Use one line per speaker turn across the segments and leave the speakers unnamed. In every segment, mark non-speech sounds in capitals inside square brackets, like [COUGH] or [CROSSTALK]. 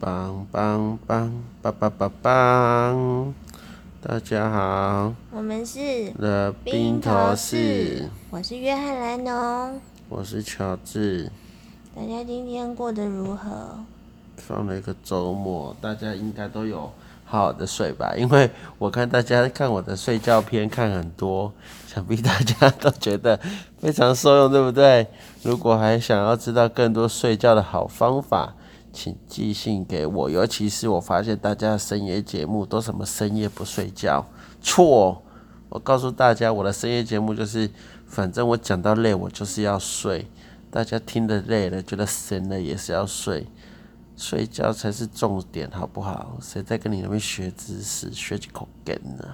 梆梆梆梆梆梆梆！大家好
我们是
，The 冰头士，，
我是约翰兰农。
我是乔治。
大家今天过得如何？
放了一个周末，大家应该都有好好的睡吧？因为我看大家看我的睡觉片看很多，想必大家都觉得非常受用，对不对？如果还想要知道更多睡觉的好方法，请寄信给我。尤其是我发现大家的深夜节目都什么深夜不睡觉，错！哦我告诉大家，我的深夜节目就是，反正我讲到累，我就是要睡。大家听得累了，觉得神了，也是要睡。睡觉才是重点，好不好？谁在跟你那边学知识，学几口根呢、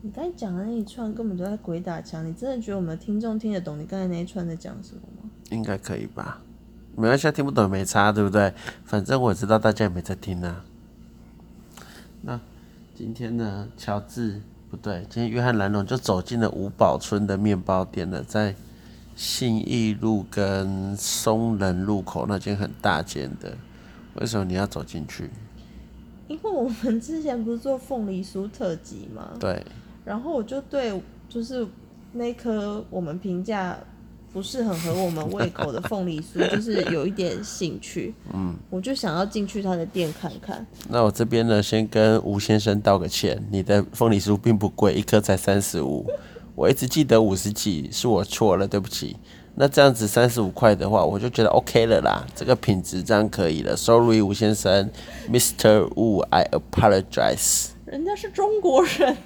你刚才讲的那一串根本就在鬼打墙，你真的觉得我们的听众听得懂你刚才那一串在讲什么吗？
应该可以吧？没关系，啊听不懂也没差，对不对？反正我知道大家也没在听啊。那今天呢，乔治不对，今天约翰兰农就走进了五堡村的面包店了，在信义路跟松仁路口那间很大间的。为什么你要走进去？
因为我们之前不是做凤梨酥特辑吗？
对，
然后我就对就是那颗我们评价不是很合我们胃口的凤
[LAUGHS]
梨酥，就是有一点兴趣。嗯，我就想要进去他的店看看。
那我这边呢，先跟吴先生道个歉，你的凤梨酥并不贵，一颗才三十五，我一直记得五十几，是我错了，对不起。那这样子三十五块的话，我就觉得 OK 了啦，这个品质这样可以了。Sorry，吴先生，Mr. Wu，I apologize。
人家是中国人，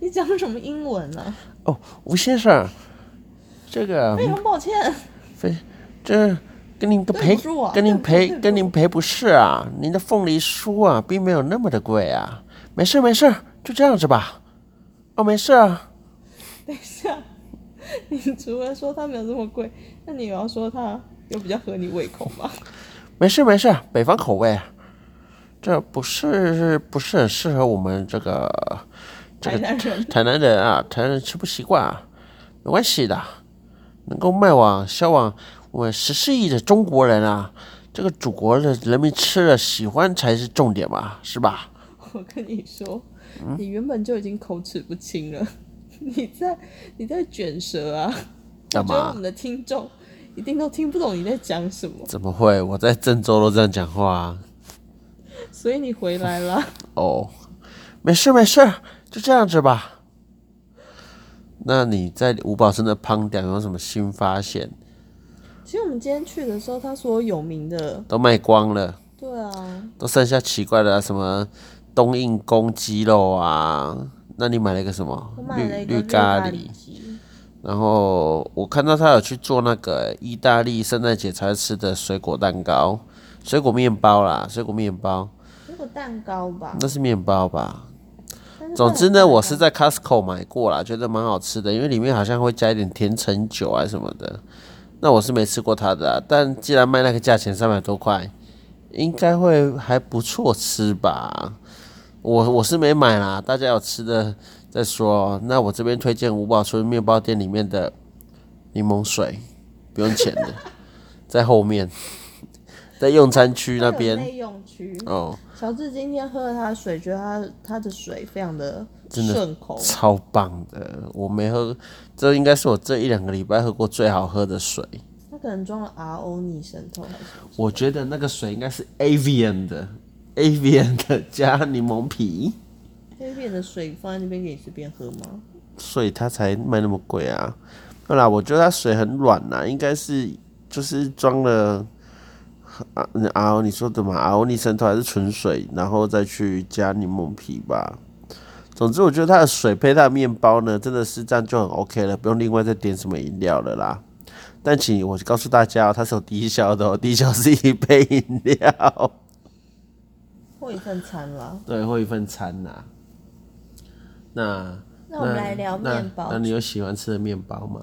你讲什么英文呢、啊？
哦，吴先生，这个
非常哎抱歉， [LAUGHS]
非这跟您个
对
赔
不住啊，
跟您
对不住
赔
对 [LAUGHS] 不住
跟您赔不是啊，您的凤梨酥啊，并没有那么的贵啊。没事没事，就这样子吧。哦，没事啊。
等一下，你除了说它没有这么贵，那你也要说它有比较合你胃口吗？
没事没事，北方口味，啊这不是不是很适合我们这个这
台
个
南人
台南人啊，台南人吃不习惯啊，没关系的，能够卖往销往我们十四亿的中国人啊，这个祖国的人民吃了喜欢才是重点嘛，是吧？
我跟你说，
嗯
你原本就已经口齿不清了， [LAUGHS] 你在你在卷舌啊！我
干
觉
嘛
得我们的听众一定都听不懂你在讲什么，
怎么会？我在郑州都这样讲话、啊、
所以你回来啦。
[LAUGHS] 哦，没事没事，就这样子吧。那你在五宝村的胖点有什么新发现？
其实我们今天去的时候，他所有有名的，
都卖光了。
对啊，
都剩下奇怪的啊、什么冬阴功鸡肉啊。那你买了一个什么
我买了
绿
一个
绿
绿咖
喱
喱？鸡，
然后我看到他有去做那个意大利圣诞节才会吃的水果蛋糕、水果面包啦，水果面包
那个蛋糕吧。
那是面包吧？
但是
总之
蛋
呢，
糕
我是在 Costco 买过啦，觉得蛮好吃的，因为里面好像会加一点甜橙酒啊什么的。那我是没吃过它的、啊，但既然卖那个价钱三百多块，应该会还不错吃吧？我我是没买啦，大家有吃的再说哦。那我这边推荐五宝村面包店里面的柠檬水，不用钱的，在后面，在用餐区那
它有
边
内用区。
哦。
乔治今天喝了他的水，觉得他他的水非常的
真的
顺口，
超棒的，我没喝，这应该是我这一两个礼拜喝过最好喝的水。
他可能装了 RO 逆渗透还是什么
我觉得那个水应该是 Avian 的，Avian 的加柠檬皮，
黑片的水放在那边给你随便喝吗？
所以它才卖那么贵啊。不啦，我觉得它水很软呐、应该是就是装了啊啊哦你说的嘛，啊哦你渗透还是纯水，然后再去加柠檬皮吧。总之，我觉得它的水配它的面包呢，真的是这样就很 OK 了，不用另外再点什么饮料了啦。但请我告诉大家、哦，它是有低消的哦，低 [LAUGHS] 消是一杯饮料，
或一份餐啦。
对，或一份餐呐、那
那我们来聊
那
面包
那你有喜欢吃的面包吗？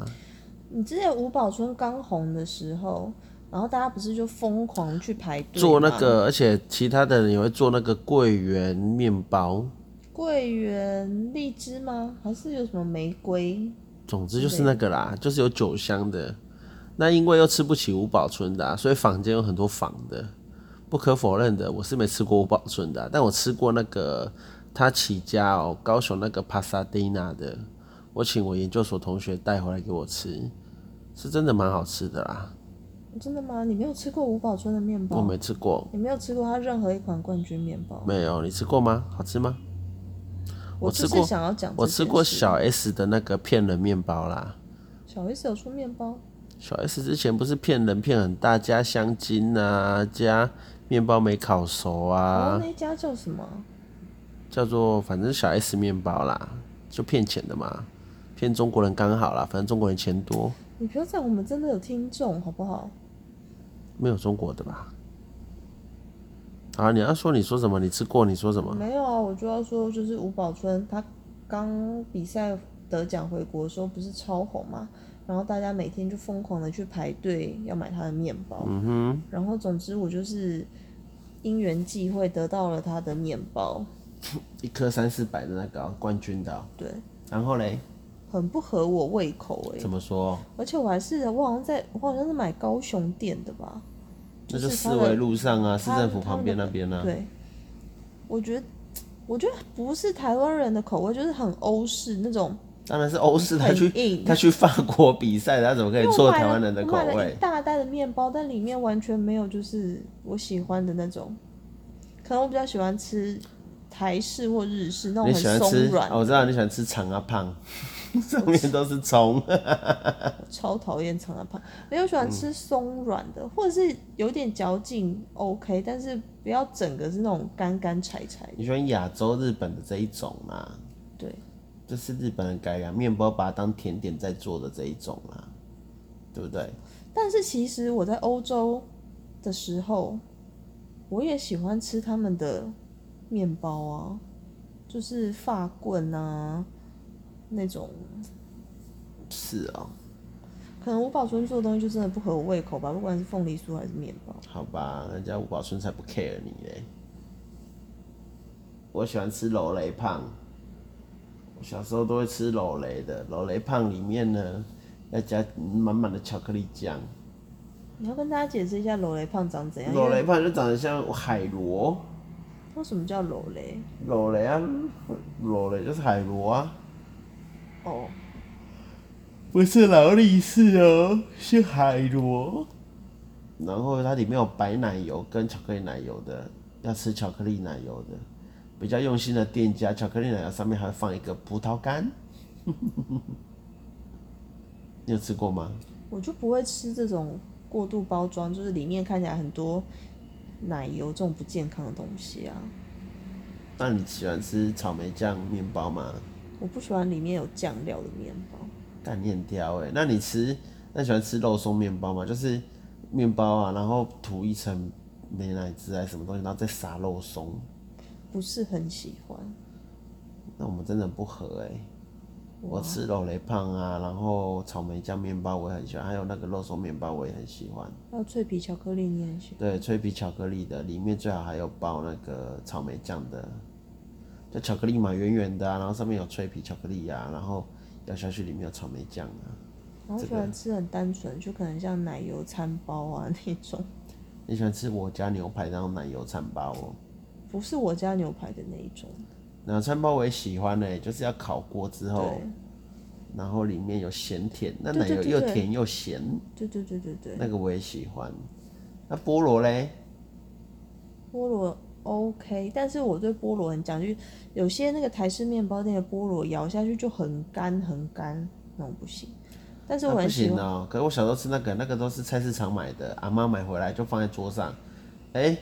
你之前五宝村刚红的时候，然后大家不是就疯狂去排队
做那
吗
个，而且其他的人也会做那个桂圆面包，
桂圆荔枝吗？还是有什么玫瑰？
总之就是那个啦，就是有酒香的。那因为又吃不起五宝村的啊、所以坊间有很多仿的，不可否认的，我是没吃过五宝村的啊、但我吃过那个他起家哦，高雄那个帕萨蒂娜的，我请我研究所同学带回来给我吃，是真的蛮好吃的啦。
真的吗？你没有吃过五宝村的面
我
包？
没吃过，
你没有吃过它任何一款冠军面包？
没有，你吃过吗？好吃吗？我
就
吃
是
过，
想要讲这件事，
我吃过小 S 的那个骗人面包啦。
小 S 有出面包，
小 S 之前不是骗人骗很大，加香精啊，加面包没烤熟
然后
啊，
哦那一家叫什么啊？
叫做反正小 S 面包啦，就骗钱的嘛，骗中国人刚好啦，反正中国人钱多，
你不要在我们真的有听众好不好？
没有中国的吧？啊，你要说你说什么？你吃过你说什么？
没有啊，我就要说，就是吴宝春他刚比赛得奖回国的时候不是超红嘛，然后大家每天就疯狂的去排队要买他的面包，嗯哼，然后总之我就是因缘际会得到了他的面包，
一颗三四百的那个哦冠军的哦、
对，
然后嘞，
很不合我胃口哎、
怎么说？
而且我还是我好像在我好像是买高雄店的吧，
那
就
就是四
它的
维路上啊，市
他
政府旁边那边啊。
对，我觉得我觉得不是台湾人的口味，就是很欧式那种。
当然是欧式，他
很
去
硬
他去法国比赛，他怎么可以
因为我
做
买
台
了
湾人的
我
口
买了一
味？
大袋的面包，但里面完全没有就是我喜欢的那种。可能我比较喜欢吃台式或日式那种
你
很
喜欢
松
吃、
软，
哦我知道你喜欢吃长啊
[LAUGHS]
胖，上面都是葱。
超讨厌长的胖。没有
嗯
喜欢吃松软的，或者是有点嚼劲 OK，但是不要整个是那种干干柴柴的。
你喜欢亚洲日本的这一种啦，
对，
这是日本人改良面包，把它当甜点在做的这一种啦，对不对？
但是其实我在欧洲的时候，我也喜欢吃他们的面包啊，就是法棍啊那种。
是哦，
可能吴宝春做的东西就真的不合我胃口吧，不管是凤梨酥还是面包。
好吧，人家吴宝春才不 care 你嘞。我喜欢吃楼雷胖，我小时候都会吃楼雷的。楼雷胖里面呢，要加满满的巧克力酱。
你要跟大家解释一下楼雷胖长怎样？
楼
因
雷
为
胖就长得像海螺，
为什么叫楼雷？
楼雷啊，楼雷就是海螺啊，
哦，
不是劳力士哦，是海螺。然后它里面有白奶油跟巧克力奶油的，要吃巧克力奶油的。比较用心的店家，巧克力奶油上面还会放一个葡萄 [LAUGHS] 干。你有吃过吗？
我就不会吃这种过度包装，就是里面看起来很多奶油这种不健康的东西啊。
那你喜欢吃草莓酱面包吗？
我不喜欢里面有酱料的面包。
干你很挑哎、那你吃那你喜欢吃肉松面包吗？就是面包啊，然后涂一层美乃滋还是什么东西，然后再撒肉松。
不是很喜欢。
那我们真的不合哎、我吃肉雷胖啊，然后草莓酱面包我也很喜欢，还有那个肉松面包我也很喜欢。
还有脆皮巧克力你很喜欢，
对，脆皮巧克力的，里面最好还有包那个草莓酱的，就巧克力嘛，圆圆的啊，然后上面有脆皮巧克力啊，然后咬下去里面有草莓酱啊。
然后喜欢吃很单纯，就可能像奶油餐包啊那种，
你喜欢吃我家牛排，然后奶油餐包哦。
不是我家牛排的那一种。
然后餐包我也喜欢呢、就是要烤过之后，
对，
然后里面有咸甜，那
对
奶
对
油
对
又
对
甜又咸，
对对对对对，
那个我也喜欢。那菠萝嘞？
菠萝 OK，但是我对菠萝很讲究，有些那个台式面包店的菠萝咬下去就很干很干，那种不行。但是
那
我
不
很喜
行
欢，
哦、可是我小时候吃那个，那个都是菜市场买的，阿妈买回来就放在桌上。哎、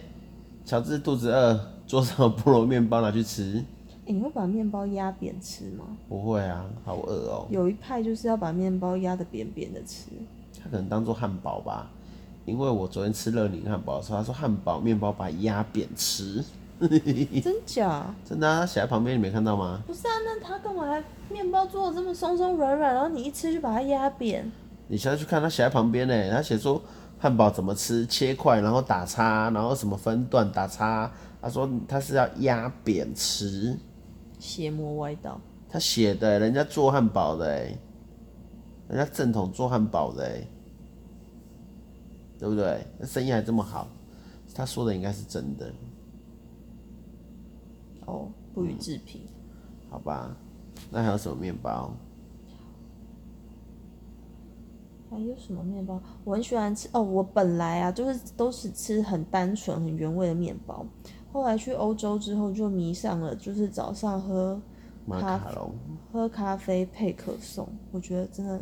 乔治肚子饿，桌上有菠萝面包拿去吃。
诶你会把面包压扁吃吗？
不会啊，好饿哦、
有一派就是要把面包压得扁扁的吃，
他可能当做汉堡吧，因为我昨天吃热宁汉堡的时候，他说汉堡面包把它压扁吃。
真假？
真的、啊，他写在旁边，你没看到吗？
不是啊，那他干嘛还面包做的这么松松软软，然后你一吃就把它压扁？
你现在去看他写在旁边呢，他写说汉堡怎么吃，切块，然后打叉，然后什么分段打叉。他说他是要压扁吃，
邪魔歪道，
他写的人家做汉堡的欸，人家正统做汉堡的欸，对不对？那生意还这么好，他说的应该是真的，
哦，不予置评。
好吧？那还有什么面包？
还有什么面包？我很喜欢吃哦。我本来啊，就是都是吃很单纯、很原味的面包。后来去欧洲之后，就迷上了，就是早上喝
马
咖
卡龙。
喝咖啡配可颂，我觉得真的，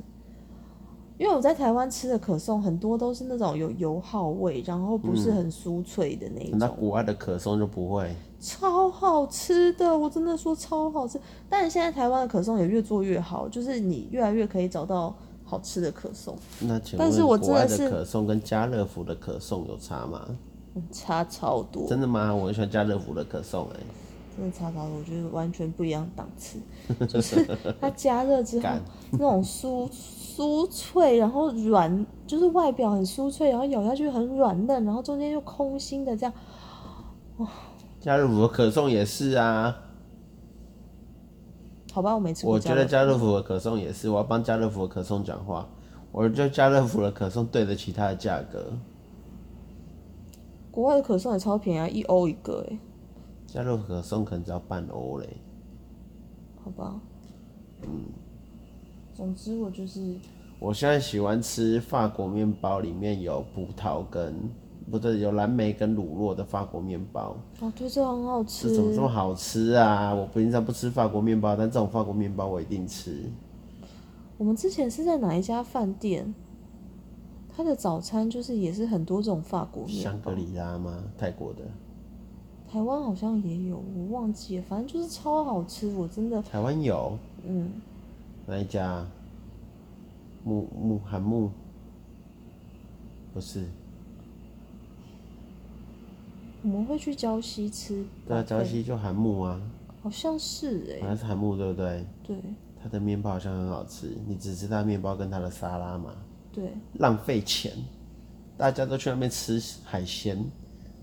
因为我在台湾吃的可颂很多都是那种有油耗味，然后不是很酥脆的那一种，
那国外的可颂就不会，
超好吃的，我真的说超好吃。但是现在台湾的可颂也越做越好，就是你越来越可以找到好吃的可颂，
那请
但是我
问
真
国
的
外
是
的可颂跟家乐福的可颂有差吗？
嗯差超多，
真的吗？我很喜欢家乐福的可颂哎、
真的超超多，我觉得完全不一样档次，就是它加热之
[LAUGHS]
后
干
那种酥酥脆，然后软，就是外表很酥脆，然后咬下去很软嫩，然后中间又空心的这样，
家乐福的可颂也是啊，
好吧，我没吃过
我
加
觉
热
得
的。
家乐福的可颂也是，我要帮家乐福的可颂讲话。我觉得家乐福的可颂对得起它的价格，
国外的可颂也超便宜、啊，一欧一个哎、
家乐福可颂可能只要半欧嘞。
好吧。
嗯
总之我就是
我现在喜欢吃法国面包，里面有葡萄跟不对，有蓝莓跟乳酪的法国面包，
哦，对，这个很好吃
这，怎么这么好吃啊？我平常不吃法国面包，但这种法国面包我一定吃。
我们之前是在哪一家饭店？它的早餐就是也是很多种法国面
香格
包。
里拉吗？泰国的？
台湾好像也有，我忘记了，反正就是超好吃，我真的，
台湾有
嗯，
哪一家啊？木木韩木？不是，
我们会去礁溪吃，
对啊，礁，溪就韩木啊，
好像是哎、
好像是韩木对不对？
对
它的面包好像很好吃，你只吃它的面包跟它的沙拉嘛，
对，
浪费钱。大家都去那边吃海鲜，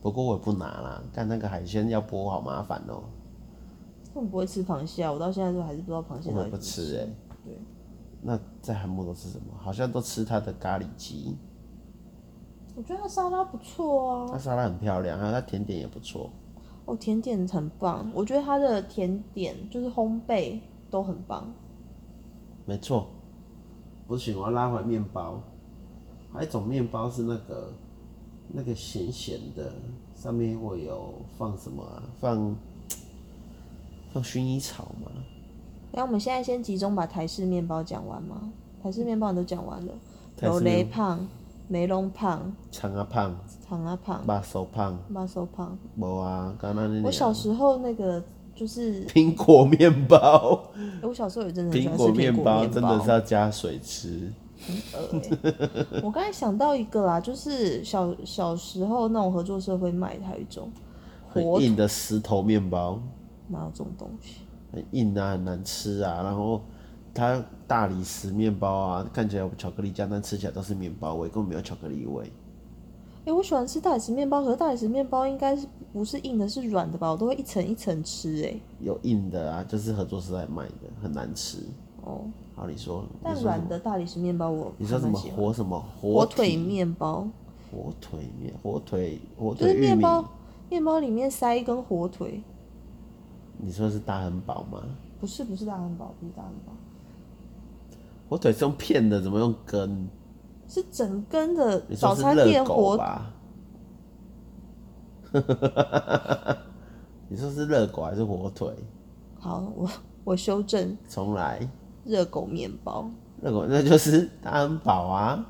不过我也不拿啦，但那个海鲜要剥好麻烦哦、
他们不会吃螃蟹啊，我到现在都还是不知道螃蟹
我
到
们
底怎
不
么
吃哎、
对，
那在韩木都吃什么？好像都吃它的咖喱鸡，
我觉得它沙拉不错
它
啊，
沙拉很漂亮，还有它甜点也不错。
哦，甜点很棒，我觉得它的甜点就是烘焙都很棒，
没错，不行，我要拉回面包。还有一种面包是那个那个咸咸的，上面会有放什么啊？放放薰衣草吗？
那我们现在先集中把台式面包讲完吗？台式面包你都讲完了，
台
有
式
雷
面
胖、梅隆胖、
长啊胖，
长啊胖、
把手胖，
muscle 胖。
无啊，刚刚那
我小时候那个就是，
苹果面包，
诶我小时候也真的很喜
苹
欢吃
果
苹
面
包，
真的是要加水吃。
很饿欸我刚才想到一个啦，就是小小时候那种合作社会卖台中，
很
火腿
硬的石头面包，
哪有这种东西？
很硬啊，很难吃啊。然后它大理石面包啊，看起来有巧克力酱，但吃起来都是面包味，根本没有巧克力味。
哎、我喜欢吃大理石面包，可是大理石面包应该是不是硬的，是软的吧？我都会一层一层吃、欸，
有硬的啊，就是合作社在卖的，很难吃。
哦，
好，你说，
但
你说什
软
么？
的大理石面包我
你说
还
什
蛮
么
喜欢
火什么
火
火
腿
体？
面包，
火腿面，火腿火
就
腿
是
玉
面
米。
包面包里面塞一根火腿，
你说是大汉堡吗？
不是不是大汉堡，不是大汉堡。
火腿是用片的，怎么用根？
是整根的
你说
早
是
餐
热
店
狗
火，
吧？ [LAUGHS] 你说是热狗还是火腿？
好，我我修正
重来，
热狗面包。
热狗 [LAUGHS] 那就是大汉堡啊。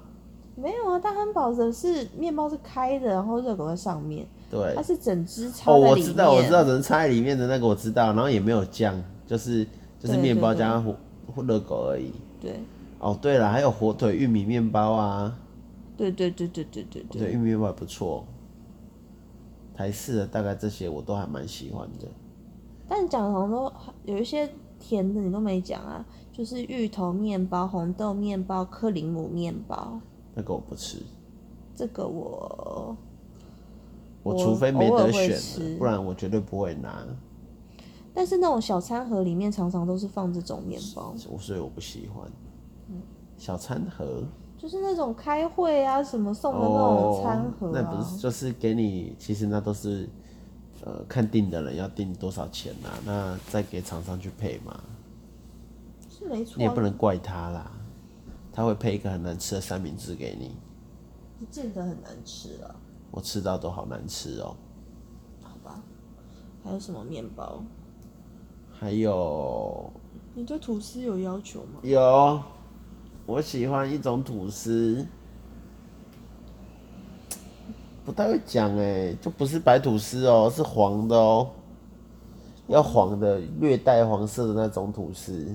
没有啊，大汉堡的是面包是开的，然后热狗在上面，
对
它，是整只插
哦，
在
我
里面。
知道，我知道，只能插在里面的那个我知道，然后也没有酱，就是就是
对
面包
对对
加火火热狗而已。
对
哦，对了，还有火腿玉米面包啊，
对对对对对对
火腿
对。
玉米面包也不错。台式的大概这些我都还蛮喜欢的。
但你讲的好像都有一些甜的，你都没讲啊，就是芋头面包、红豆面包、克林姆面包，
那个我不吃，
这个我
我
我
除非没
偶尔
得
会
选
吃
了，不然我绝对不会拿，
但是那种小餐盒里面常常都是放这种面包，
我所以我不喜欢。小餐盒
就是那种开会啊什么送的那
哦
种餐盒、啊
那不是就是给你，其实那都是呃看定的人要定多少钱啦、那再给厂商去配嘛，
是没错、啊，
你也不能怪他啦，他会配一个很难吃的三明治给你，
不见得很难吃啊，
我吃到都好难吃哦、
好吧？还有什么面包？
还有
你对吐司有要求吗？
有，我喜欢一种吐司，不太会讲哎、就不是白吐司哦、是黄的哦、要黄的，略带黄色的那种吐司，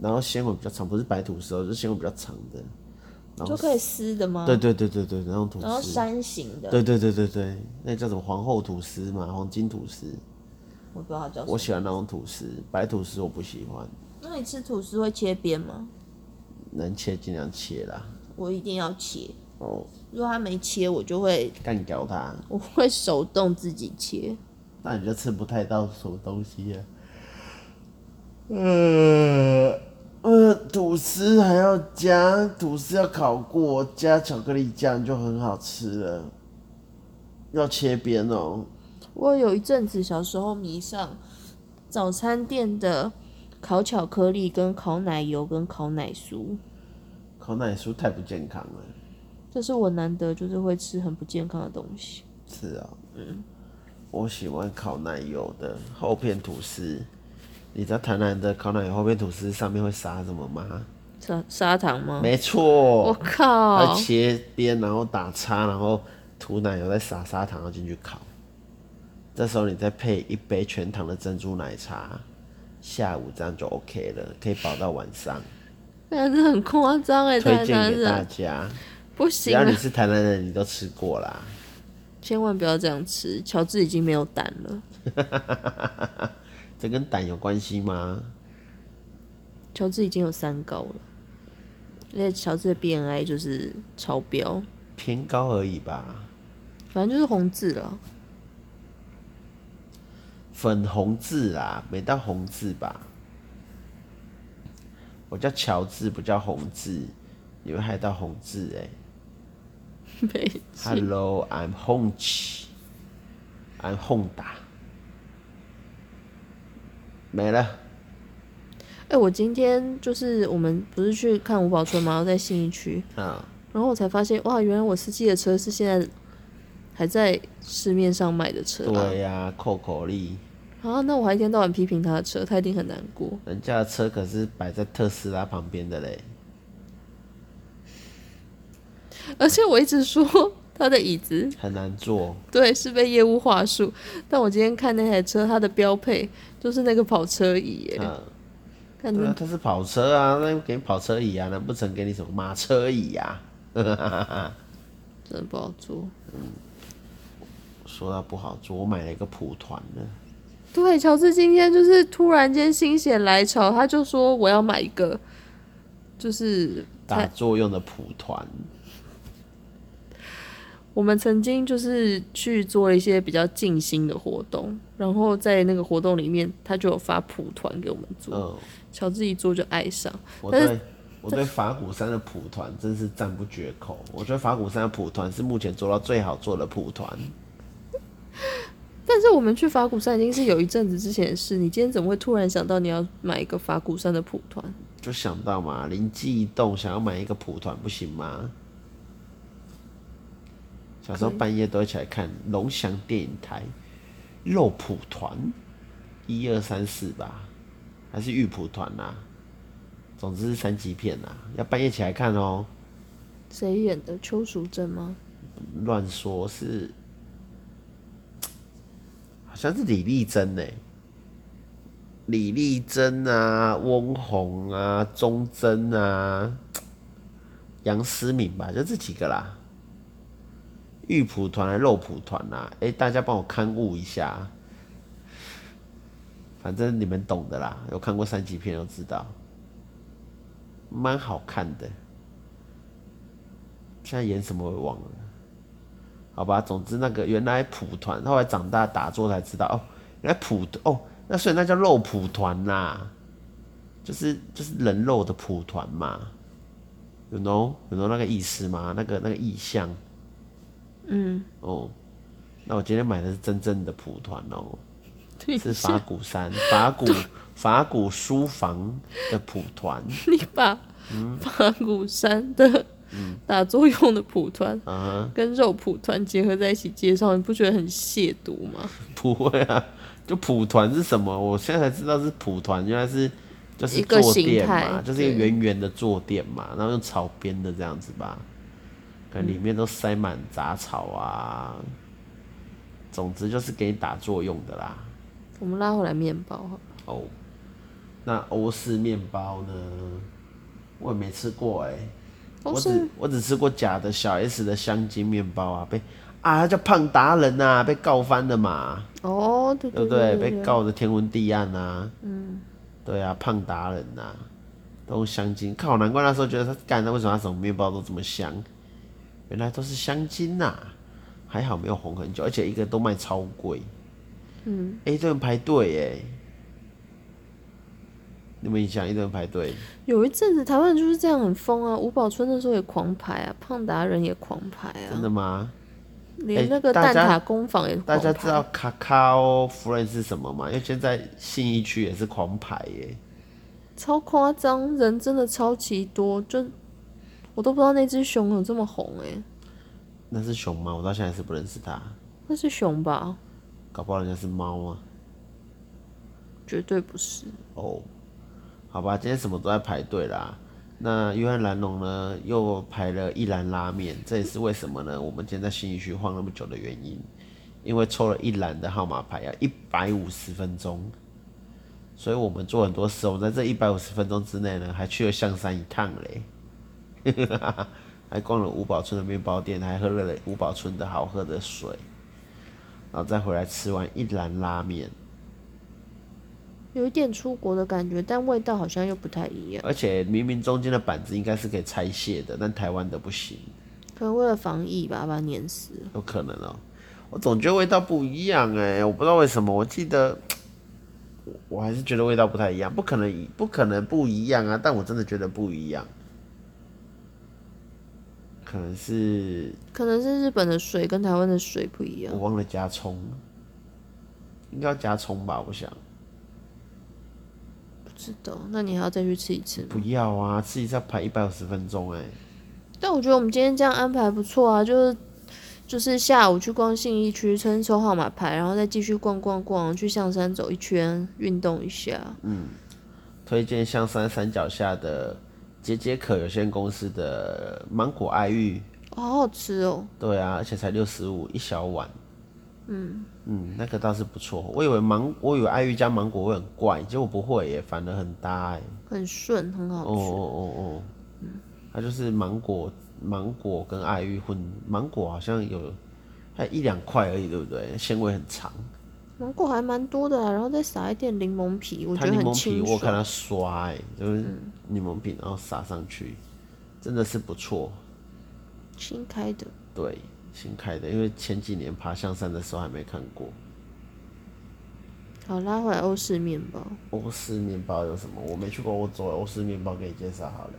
然后纤维比较长，不是白吐司哦、就是纤维比较长的，然
就
后
可以撕的吗？
对对对对对，那种吐
嗯然后
司，
山形的，
对对对对对，那叫什么皇后吐司嘛，黄金吐司，
我不知道它叫什
我
么。
喜欢那种吐司，白吐司我不喜欢，
那你吃吐司会切边吗？
能切尽量切啦。
我一定要切，
哦，
如果它没切，我就会
干掉它，
我会手动自己切。
那你就吃不太到什么东西了。呃呃，吐司还要加，吐司要烤过，加巧克力酱就很好吃了。要切边哦，
我有一阵子小时候迷上早餐店的烤巧克力、跟烤奶油、跟烤奶酥，
烤奶酥太不健康了。
这是我难得就是会吃很不健康的东西。
是啊、嗯，我喜欢烤奶油的厚片吐司。你知道台南的烤奶油厚片吐司上面会撒什么吗？
砂砂糖吗？
没错，
我靠哦
它！切边，然后打叉，然后涂奶油，再撒砂糖，然后进去烤。这时候你再配一杯全糖的珍珠奶茶，下午这样就 OK 了，可以保到晚上。
但是很夸张哎，
推
台
荐
南
给大
人
家，
不
只
行
要
了
你，是台南人，你都吃过啦。
千万不要这样吃。乔治已经没有胆了，
这跟胆有关系吗？
乔治已经有三高了，而且乔治的 BMI 就是超标，
偏高而已吧。
反正就是红字了。
粉红字啊，没到红字吧？我叫乔治，不叫红字，你们害到红字哎、
没
Hello, I'm Honchi. I'm Honda. 没了，
哎、我今天就是我们不是去看五宝村吗？然后在信义区，
啊，
然后我才发现，哇，原来我司机的车是现在还在市面上卖的车啊！
对呀、扣口力，
啊，那我还一天到晚批评他的车，他一定很难过。 [LAUGHS]
人家的车可是摆在特斯拉旁边的嘞，
而且我一直说 [LAUGHS] 他的椅子
很难坐。
对是被业务话术，但我今天看那台车，它的标配就是那个跑车椅耶，
嗯，
看
对
那
啊，它是跑车啊，那给你跑车椅啊，难不成给你什么马车椅啊？
真的不好坐。
说到不好坐，我买了一个蒲团的，
对，乔治今天就是突然间心血来潮，他就说我要买一个，就是
打坐用的蒲团，
我们曾经就是去做一些比较静心的活动，然后在那个活动里面，他就有发蒲团给我们做，
嗯，
乔治一做就爱上。
我
但是
对我对法鼓山的蒲团真是赞不绝口。我觉得法鼓山的蒲团是目前做到最好做的蒲团。
但是我们去法鼓山已经是有一阵子之前的事，你今天怎么会突然想到你要买一个法鼓山的蒲团？
就想到嘛，灵机一动，想要买一个蒲团，不行吗？小时候半夜都会起来看龙翔电影台肉蒲团，一二三四吧，还是玉蒲团啦、总之是三级片啦、要半夜起来看哦、
谁演的？邱淑贞吗？
乱说是，好像是李丽珍呢、欸李丽珍啊，翁虹啊，钟珍啊，杨思敏吧，就这几个啦。玉蒲团、啊、肉蒲团啦、啊，哎、大家帮我刊物一下，反正你们懂的啦，有看过三级片都知道，蛮好看的。现在演什么我也忘了。好吧，总之那个原来蒲团，后来长大打坐才知道哦，原来蒲哦，那所以那叫肉蒲团啦，就是就是人肉的蒲团嘛， ，you know you know 那个意思吗？那个那个意象
嗯，
哦。那我今天买的是真正的蒲团哦，
[LAUGHS] 对，
是法鼓山法鼓法鼓书房的蒲团
你 [LAUGHS] 把
嗯
法鼓山的 [LAUGHS] 打坐用的蒲团
啊哈，
跟肉蒲团结合在一起介绍，你不觉得很亵渎吗？
[LAUGHS] 不会啊，就蒲团是什么？我现在才知道是蒲团，原来是就是
一个
坐
形
垫
态
嘛，就是一个
对
圆圆的坐垫嘛，然后用草编的这样子吧，可能里面都塞满杂草啊，总之就是给你打坐用的啦。
我们拉回来面包好了，
哦，那欧式面包呢？我也没吃过哎、
欧
我
式
只我只吃过假的小 S 的香精面包啊，被啊他叫胖达人呐、被告翻了嘛。
哦，对
对
对
不对？
对
被告的天昏地暗啊，嗯，对啊，胖达人呐、都用香精，靠，难怪那时候觉得他干，那为什么他什么面包都这么香？原来都是香精呐、还好没有红很久，而且一个都卖超贵，嗯，一堆人排队耶，你们想一堆人排队，
有一阵子台湾人就是这样很疯啊，吴宝春那时候也狂排啊，胖达人也狂排
真
啊，
的吗？哎
连那个
大
蛋
家
挞工坊也
大
狂
家知
排。
道卡卡哦 friend 是什么吗？因为现在信义区也是狂排耶，
超夸张，人真的超级多，就我都不知道那只熊有这么红哎、
那是熊猫，我到现在还是不认识它。
那是熊吧？
搞不好人家是猫啊。
绝对不是。
哦，好吧，今天什么都在排队啦。那约翰兰龙呢，又排了一篮拉面，这也是为什么呢？我们今天在新一区晃那么久的原因，因为抽了一篮的号码牌要一百五十分钟，所以我们做很多事。我们在这一百五十分钟之内呢，还去了象山一趟嘞， [LAUGHS] 还逛了五宝村的面包店，还喝了五宝村的好喝的水，然后再回来吃完一篮拉面。
有一点出国的感觉，但味道好像又不太一样，
而且明明中间的板子应该是可以拆卸的，但台湾的不行，
可能为了防疫吧，把它碾死了。
有可能哦、我总觉得味道不一样哎、我不知道为什么，我记得，我我还是觉得味道不太一样，不可能一不可能不一样啊！但我真的觉得不一样，可能是
可能是日本的水跟台湾的水不一样
我，忘了加葱，应该要加葱吧？我想
不知道。那你还要再去吃一次吗
不要啊，吃一下排一百五十分钟哎、
但我觉得我们今天这样安排不错啊，就是就是下午去逛信义区村抽号码牌，然后再继续逛逛逛，去象山走一圈，运动一下。
推荐象山山脚下的解解渴有限公司的芒果爱玉，
哦好好吃哦！
对啊，而且才六十五一小碗，嗯嗯，那个倒是不错。我以为芒，我以为爱玉加芒果会很怪，结果不会耶，反而很搭哎。
很顺，很好
哦
吃。
哦哦哦，它就是芒果芒果跟爱玉混，芒果好像有还一两块而已，对不对？纤维很长，
芒果还蛮多的、啊，然后再撒一点柠檬皮，我
它
觉得
柠
很
檬皮
清
我有看
爽。嗯
它刷哎，就是柠檬皮然后撒上去，真的是不错。
新开的，
对，新开的，因为前几年爬象山的时候还没看过。
好拉回来欧式面包。
欧式面包有什么？我没去过欧洲，欧式面包给你介绍好了。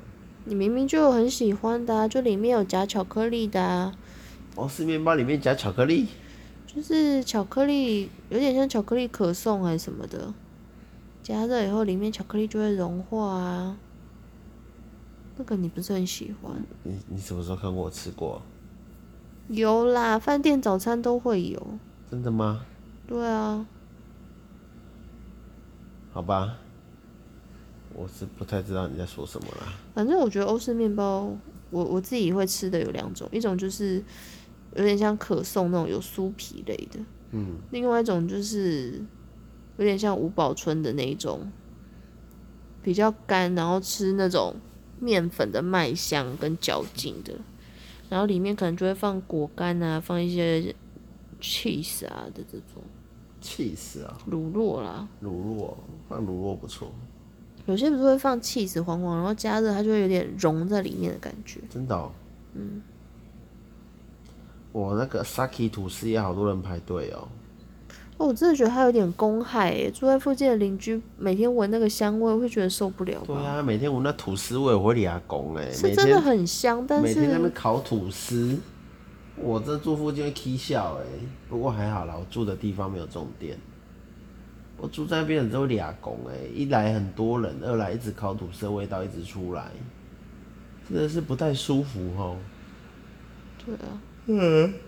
你明明就有很喜欢的、啊，就里面有夹巧克力的、啊，
欧式面包里面夹巧克力，
就是巧克力有点像巧克力可颂还是什么的，加热以后里面巧克力就会融化啊。那个你不是很喜欢？
你你什么时候看过我吃过？
有啦，饭店早餐都会有。
真的吗？
对啊，
好吧，我是不太知道你在说什么啦。
反正我觉得欧式面包，我我自己会吃的有两种，一种就是有点像可颂那种有酥皮类的，嗯，另外一种就是有点像五宝春的那一种，比较干，然后吃那种面粉的麦香跟嚼劲的，然后里面可能就会放果干啊，放一些 cheese 啊的这种
气死啊！
乳酪啦，
乳酪放乳酪不错，
有些不是会放 cheese 黄黄，然后加热它就会有点融在里面的感觉。
真的、哦。嗯。我那个 Saki 吐司也好多人排队哦。
哦我真的觉得它有点公害耶，住在附近的邻居每天闻那个香味，会觉得受不了
对
吧？
啊，每天闻到吐司味，我会牙拱哎，每
是真的
天
很香，但
每天在那边
是
烤吐司，我这住附近会 k 笑哎、不过还好啦，我住的地方没有这种店。我住在那边只有俩拱哎，一来很多人，二来一直烤吐司的味道一直出来，真的是不太舒服哦。
对啊，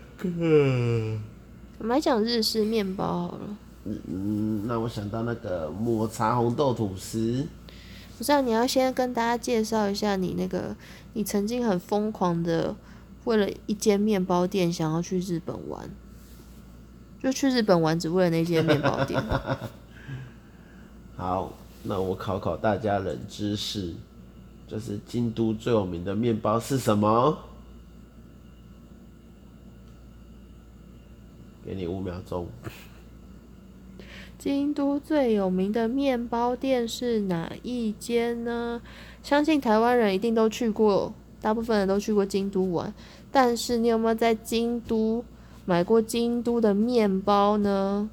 我们来讲日式面包好了。
嗯，那我想到那个抹茶红豆吐司，
不是、啊，你要先跟大家介绍一下你那个，你曾经很疯狂的为了一间面包店想要去日本玩，就去日本玩只为了那间面包店。
好，那我考考大家冷知识，就是京都最有名的面包是什么？给你五秒钟，
京都最有名的面包店是哪一间呢？相信台湾人一定都去过，大部分人都去过京都玩。但是你有没有在京都买过京都的面包呢？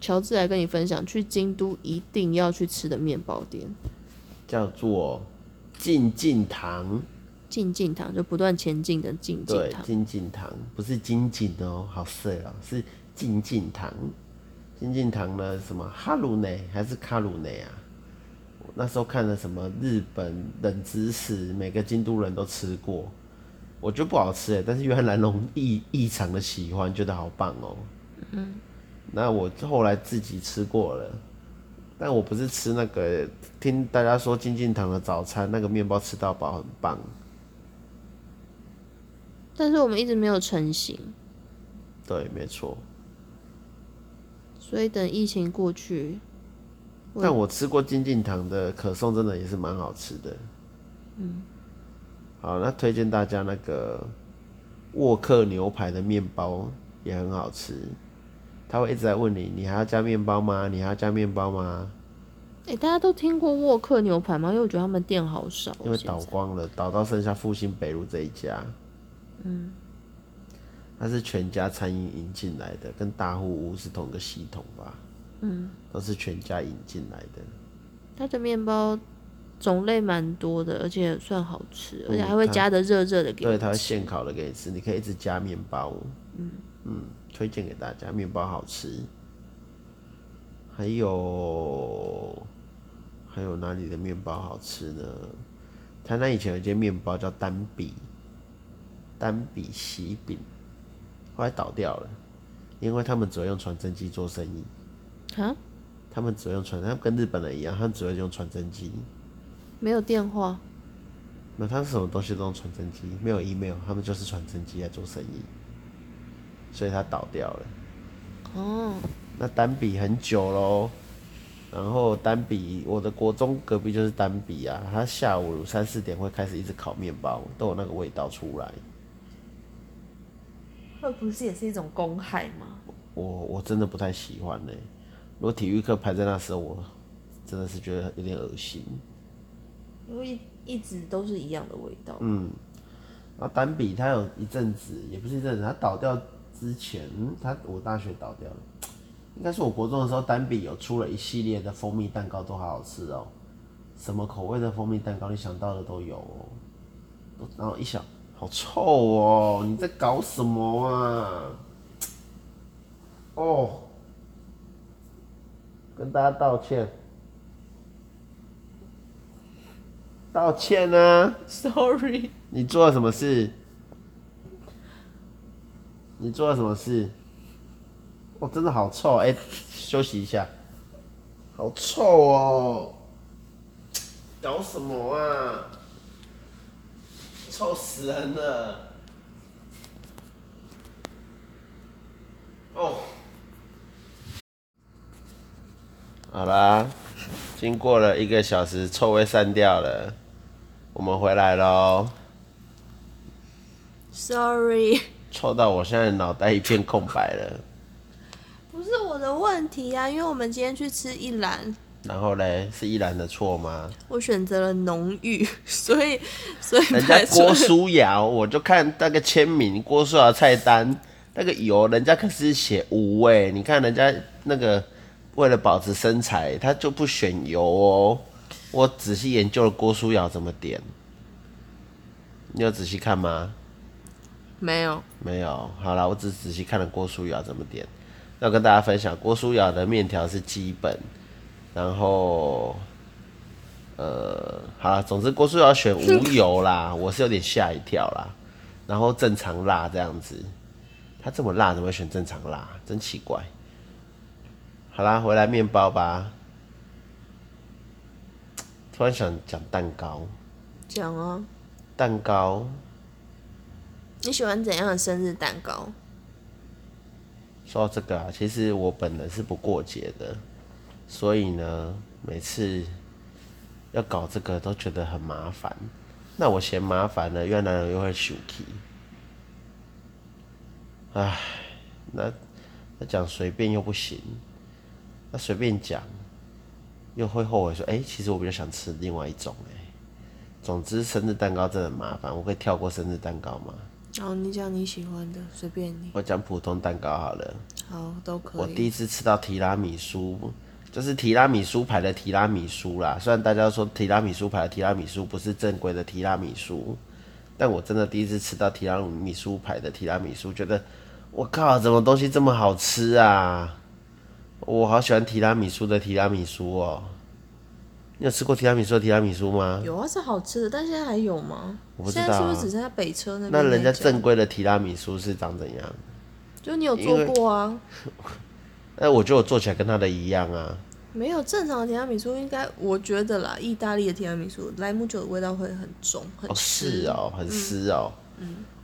乔治来跟你分享，去京都一定要去吃的面包店，
叫做进进堂，
进进堂就不断前进的进进
对，
堂。
进进堂不是金井哦，好色哦，是进进堂。进进堂呢，什么哈鲁内还是卡鲁内啊？我那时候看了什么日本冷知识，每个京都人都吃过，我觉得不好吃哎，但是原来龙异异常的喜欢，觉得好棒哦、嗯，那我后来自己吃过了，但我不是吃那个，听大家说进进堂的早餐那个面包吃到饱很棒，
但是我们一直没有成型，
对，没错。
所以等疫情过去，
但我吃过金靖堂的可颂，真的也是蛮好吃的。嗯，好，那推荐大家那个沃克牛排的面包也很好吃，他会一直在问你，你还要加面包吗？你还要加面包吗？
诶、哎大家都听过沃克牛排吗？因为我觉得他们店好少，
因为
现在
倒光了，倒到剩下复兴北路这一家。嗯，它是全家餐饮引进来的，跟大户屋是同个系统吧？嗯，都是全家引进来的。
它的面包种类蛮多的，而且算好吃，而且还
嗯
会
它
加的热热的给
对，
你
它会
吃。
现烤的给你吃，你可以一直加面包。嗯推荐给大家，面包好吃。还有还有哪里的面包好吃呢？台南以前有一间面包叫丹比，丹比喜饼，后来倒掉了，因为他们只会用传真机做生意。
啊，
他们只会用传，他们跟日本人一样，他们只会用传真机。
没有电话，
那他是什么东西都用传真机，没有 email，他们就是传真机在做生意，所以他倒掉了。
哦，
那单笔很久喽，然后单笔我的国中隔壁就是单笔啊，他下午三四点会开始一直烤面包，都有那个味道出来。
那不是也是一种公害吗？
我我真的不太喜欢呢、如果体育课排在那时候，我真的是觉得有点恶心。
因为一直都是一样的味道。
嗯
[LAUGHS]
然后单笔他有一阵子，也不是一阵子，他倒掉之前，他我大学倒掉了，应该是我国中的时候，单笔有出了一系列的蜂蜜蛋糕，都好好吃哦、什么口味的蜂蜜蛋糕，你想到的都有哦、都然后一想，好臭哦、你在搞什么啊？哦，跟大家道歉，道歉啊！
[LAUGHS] Sorry，
你做了什么事？你做了什么事？哦，真的好臭！哎、休息一下。好臭哦！搞什么啊？臭死人了！哦，好啦，经过了一个小时，臭味散掉了，我们回来喽。
，sorry，
臭到我现在脑袋一片空白了。
[LAUGHS] 不是我的问题啊，因为我们今天去吃一兰，
然后嘞，是依然的错吗？
我选择了浓郁，所以所以
人家郭书瑶，我就看那个签名，郭书瑶菜单，那个油，人家可是写无味，你看人家那个为了保持身材，他就不选油哦。我仔细研究了郭书瑶怎么点，你有仔细看吗？
没有，
没有，好啦，我只仔细看了郭书瑶怎么点。要跟大家分享，郭书瑶的面条是基本，然后，呃，好啦，总之郭书瑶选无油啦，我是有点吓一跳啦。然后正常辣这样子，他这么辣怎么会选正常辣？真奇怪。好啦，回来面包吧。突然想讲蛋糕，
讲啊，
蛋糕
你喜欢怎样的生日蛋糕？
说到这个啊，其实我本人是不过节的，所以呢，每次要搞这个都觉得很麻烦。那我嫌麻烦了，越南人又会生气。唉，那那讲随便又不行，那随便讲又会后悔说，哎、其实我比较想吃另外一种、哎，总之，生日蛋糕真的很麻烦，我可以跳过生日蛋糕吗？
哦，你讲你喜欢的，随便你，
我讲普通蛋糕好了。
好都
我
可以。
第一次吃到提拉米苏，就是提拉米苏牌的提拉米苏啦。虽然大家都说提拉米苏牌的提拉米苏不是正规的提拉米苏，但我真的第一次吃到提拉米苏牌的提拉米苏，觉得我靠，怎么东西这么好吃啊！我好喜欢提拉米苏的提拉米苏哦。你有吃过提拉米苏的提拉米苏吗？
有啊，是好吃的，但现在还有吗？
我不知
现在
道
是不
啊
是只剩下北车那边
那
那一
人家
家
正规的提拉米苏是长怎样？
就你有
因为
做过啊？
哎，我觉得我做起来跟他的一样啊。
没有正常的提拉米苏，应该我觉得啦，意大利的提拉米苏莱姆酒的味道会很重，很
哦，
湿
是。哦，很湿哦。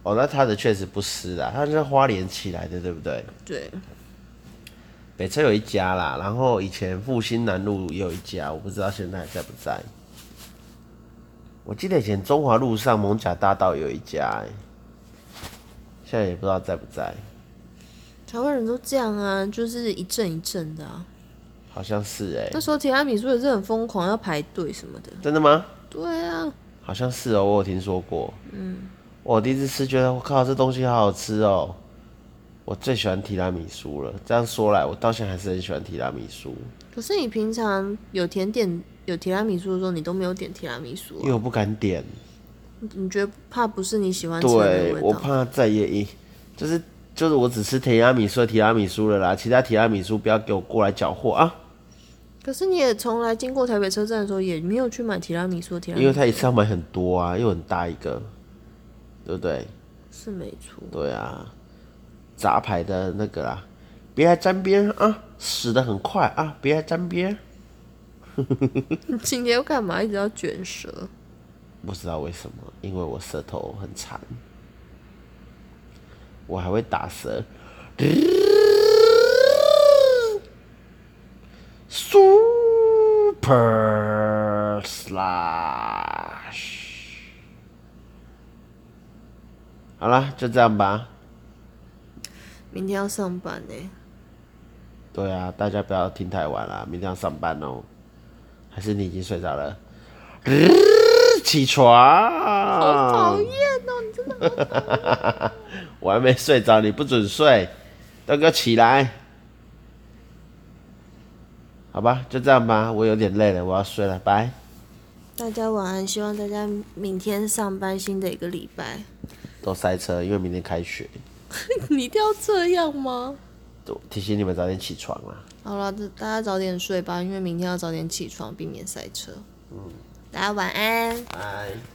哦，那它的确实不湿啦，它是花莲起来的，对不对？
对，
北车有一家啦，然后以前复兴南路也有一家，我不知道现在还在不在。我记得以前中华路上蒙甲大道有一家、欸，现在也不知道在不在，
台湾人都这样啊，就是一阵一阵的啊。
好像是哎、
那时候提拉米苏也是很疯狂，要排队什么的。
真的吗？
对啊，
好像是哦，我有听说过。嗯，我第一次吃觉得我靠，这东西好好吃哦。我最喜欢提拉米苏了。这样说来，我到现在还是很喜欢提拉米苏，
可是你平常有甜点有提拉米苏的时候，你都没有点提拉米苏
因为
啊、
我不敢点。
你觉得怕不是你喜欢吃的
对，
味
我
道？
怕再也一就是就是我只吃提拉米苏的提拉米苏了啦，其他提拉米苏不要给我过来搅和啊，
可是你也从来经过台北车站的时候，也没有去买提拉米苏的提拉米
因
苏，
为它一次要买很多啊，又很大一个，对不对？
是没错。
对啊，杂牌的那个啦，别来沾边啊，死的很快啊，别来沾边。
今天要干嘛？一直要卷舌。
不知道为什么，因为我舌头很长，我还会打舌。Super slash，好啦，就这样吧。
明天要上班呢、
对啊，大家不要听太晚啦，明天要上班哦。还是你已经睡着了？起床！好
讨厌哦，你真的
我还没睡着，你不准睡，都给我起来。好吧，就这样吧，我有点累了，我要睡了，拜。
大家晚安，希望大家明天上班新的一个礼拜。
都塞车，因为明天开学。
[LAUGHS] 你一定要这样吗？
都提醒你们早点起床啦，
好了，这大家早点睡吧，因为明天要早点起床，避免塞车。嗯，大家晚安。
拜。